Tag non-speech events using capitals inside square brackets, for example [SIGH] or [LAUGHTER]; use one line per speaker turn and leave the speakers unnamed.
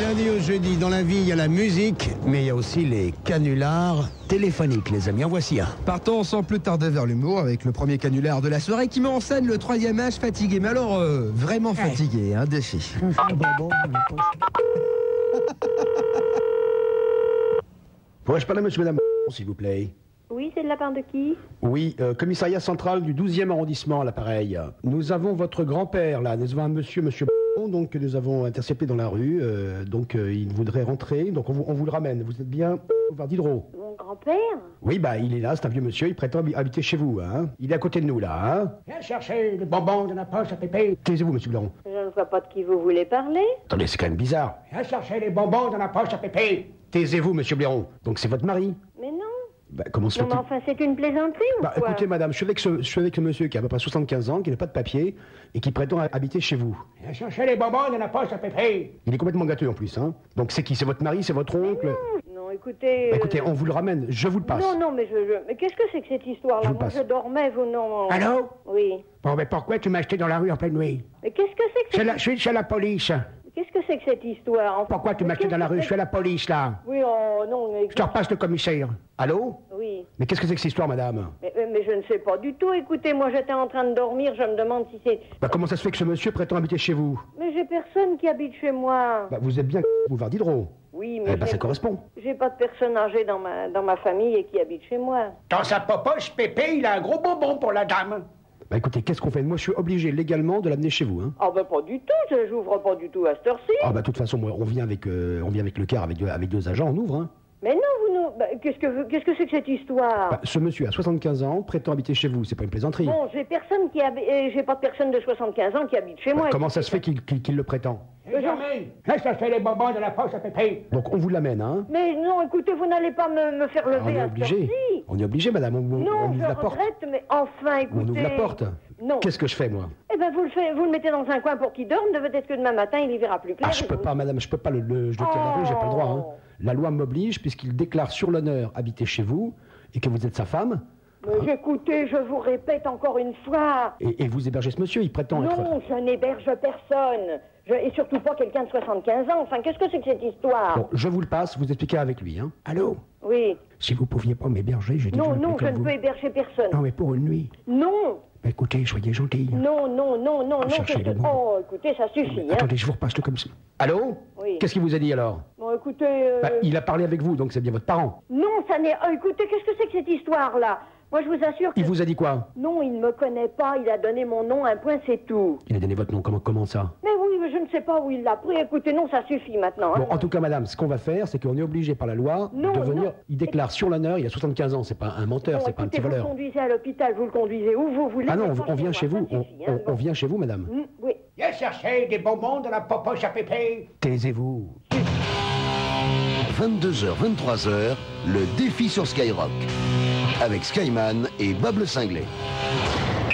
lundi au jeudi, dans la vie, il y a la musique, mais il y a aussi les canulars téléphoniques, les amis. En voici un.
Partons sans plus tarder vers l'humour avec le premier canular de la soirée qui met en scène le troisième âge fatigué. Mais alors, euh, vraiment fatigué, hein, défi.
Ah
[LAUGHS] Pourrais-je parler à monsieur, madame, s'il vous plaît
Oui, c'est de la part de qui
Oui, euh, commissariat central du 12e arrondissement, à l'appareil. Nous avons votre grand-père, là. Nous avons un monsieur, monsieur donc que nous avons intercepté dans la rue. euh, donc, euh, il voudrait rentrer. Donc, on vous, on vous le ramène. Vous êtes bien boulevard Diderot
Mon grand-père
Oui, bah, il est là. C'est un vieux monsieur. Il prétend habi- habiter chez vous, hein. Il est à côté de nous, là, hein. Viens chercher le bonbon de la poche à pépé. Taisez-vous, monsieur Blanc.
Je ne vois pas de qui vous voulez parler.
Attendez, c'est quand même bizarre. Viens chercher les bonbons dans la poche à pépé. Taisez-vous, monsieur Bléron. Donc, c'est votre mari.
Mais non.
Bah, comment se
Non, mais
fait-il
enfin, c'est une plaisanterie ou
Bah,
quoi
écoutez, madame, je suis, avec ce, je suis avec ce monsieur qui a à peu près 75 ans, qui n'a pas de papier et qui prétend habiter chez vous. Viens chercher les bonbons de la poche à pépé. Il est complètement gâteux en plus, hein. Donc c'est qui C'est votre mari C'est votre oncle
Non, écoutez...
Bah,
euh,
Écoutez, on vous le ramène, je vous le passe.
Non, non, mais je... je- Mais qu'est-ce que c'est que cette
Je
histoire-là
vous
Moi,
passe.
je dormais, vous non...
Allô
Oui.
Bon, mais pourquoi tu m'as acheté dans la rue en pleine nuit
Mais qu'est-ce que c'est que,
C'est
cette...
la- Je suis chez la police.
qu'est-ce que, c'est que cette histoire enfin
Pourquoi tu
Mais
m'as acheté
qu'est-ce
dans la
que
rue Je
c'est
suis à la police, là.
que- Oui, oh, non, mais...
Je te repasse le commissaire. Allô
Oui.
Mais qu'est-ce que c'est que cette histoire, madame
Mais, euh, mais- mais je ne sais pas du tout. Écoutez, moi, j'étais en train de dormir. Je me demande si c'est...
Bah, comment ça se fait que ce monsieur prétend habiter chez vous
Mais j'ai personne qui habite chez moi.
Bah, vous êtes bien boulevard Diderot.
Oui, mais
Eh bah,
j'ai-
ça correspond.
j'ai pas de personne âgée dans ma, dans ma famille et qui habite chez moi.
Dans sa popoche, Pépé, il a un gros bonbon pour la dame. Bah écoutez, qu'est-ce qu'on fait Moi, je suis obligé légalement de l'amener chez vous. Hein.
Ah ben pas du tout, je- j'ouvre pas du tout à cette heure-ci.
Ah bah de toute façon, moi, on vient avec, euh, on vient avec le car, avec deux, avec deux agents, on ouvre. Hein.
Mais non, vous nous... bah, qu'est-ce que vous- qu'est-ce que c'est que cette histoire
Bah, ce monsieur a 75 ans, prétend habiter chez vous, c'est pas une plaisanterie.
Bon, j'ai personne qui habi- eh, j'ai pas de personne de 75 ans qui habite chez
Bah,
moi.
comment ça se fait qu'il qu'il- qu'il le prétend
les bonbons de la poche à Pépé.
Donc on vous l'amène, hein
Mais non, écoutez, vous n'allez pas me, me faire
Alors, On
lever
est
à cette
obligé.
heure-ci.
On est obligé, madame, on, on- on
Non, je
ouvre la porte.
regrette, mais enfin, écoutez.
On ouvre la porte.
Non.
Qu'est-ce que je fais, moi Ah,
Eh ben vous le faites, vous le mettez dans un coin pour qu'il dorme. Peut-être que demain matin il y verra plus clair.
Ah, je peux pas, madame, je peux pas le, le jeter à la rue, j'ai pas le droit.
Oh.
hein. La loi m'oblige, puisqu'il déclare sur l'honneur habiter chez vous, et que vous êtes sa femme,
Mais écoutez, je vous répète encore une fois.
et, et vous hébergez ce monsieur, il prétend être...
Non, je n'héberge personne. Je- et surtout pas quelqu'un de 75 ans. Enfin, qu'est-ce que c'est que cette histoire
Bon, je vous le passe, vous expliquez avec lui. Hein. Allô
Oui.
Si vous pouviez pas m'héberger, j'ai déjà
Non,
un peu
non, je
comme
ne
vous. Ah.
peux héberger
Non,
personne.
mais pour une nuit.
Non,
Bah, écoutez, soyez gentil.
non, non, non, non, non.
Ah, cherchez
qu'est-ce
le
que-
bon.
Oh, écoutez, ça suffit. Hein.
Attendez, je vous repasse le comme ça. Allô
Oui.
Qu'est-ce qu'il vous a dit alors
Bon, écoutez. euh,
Bah, Il a parlé avec vous, donc c'est bien votre parent.
Non, ça n'est. oh, écoutez, qu'est-ce que c'est que cette histoire-là Moi, je vous assure que.
Il vous a dit quoi
Non, il ne me connaît pas. Il a donné mon nom, un point, c'est tout.
Il a donné votre nom, comment, comment ça
Mais oui, mais je ne sais pas où il l'a pris. Écoutez, non, ça suffit maintenant. hein.
Bon, en tout cas, madame, ce qu'on va faire, c'est qu'on est obligé par la loi
Non,
de venir.
non.
Il déclare sur l'honneur, il a 75 ans, c'est pas un menteur,
Bon,
c'est pas un
écoutez,
petit
vous le
voleur.
conduisez à l'hôpital, vous le conduisez où vous voulez.
Ah non,
mais pas
on, on vient
moi,
chez
ça
vous, on,
suffit, hein,
on- on
bon.
vient chez vous, madame.
Mm, oui.
Viens chercher des bonbons de la poche à Pépé.
Taisez-vous.
22h, 23h, le défi sur Skyrock. Avec Skyman et Bob le Cinglé.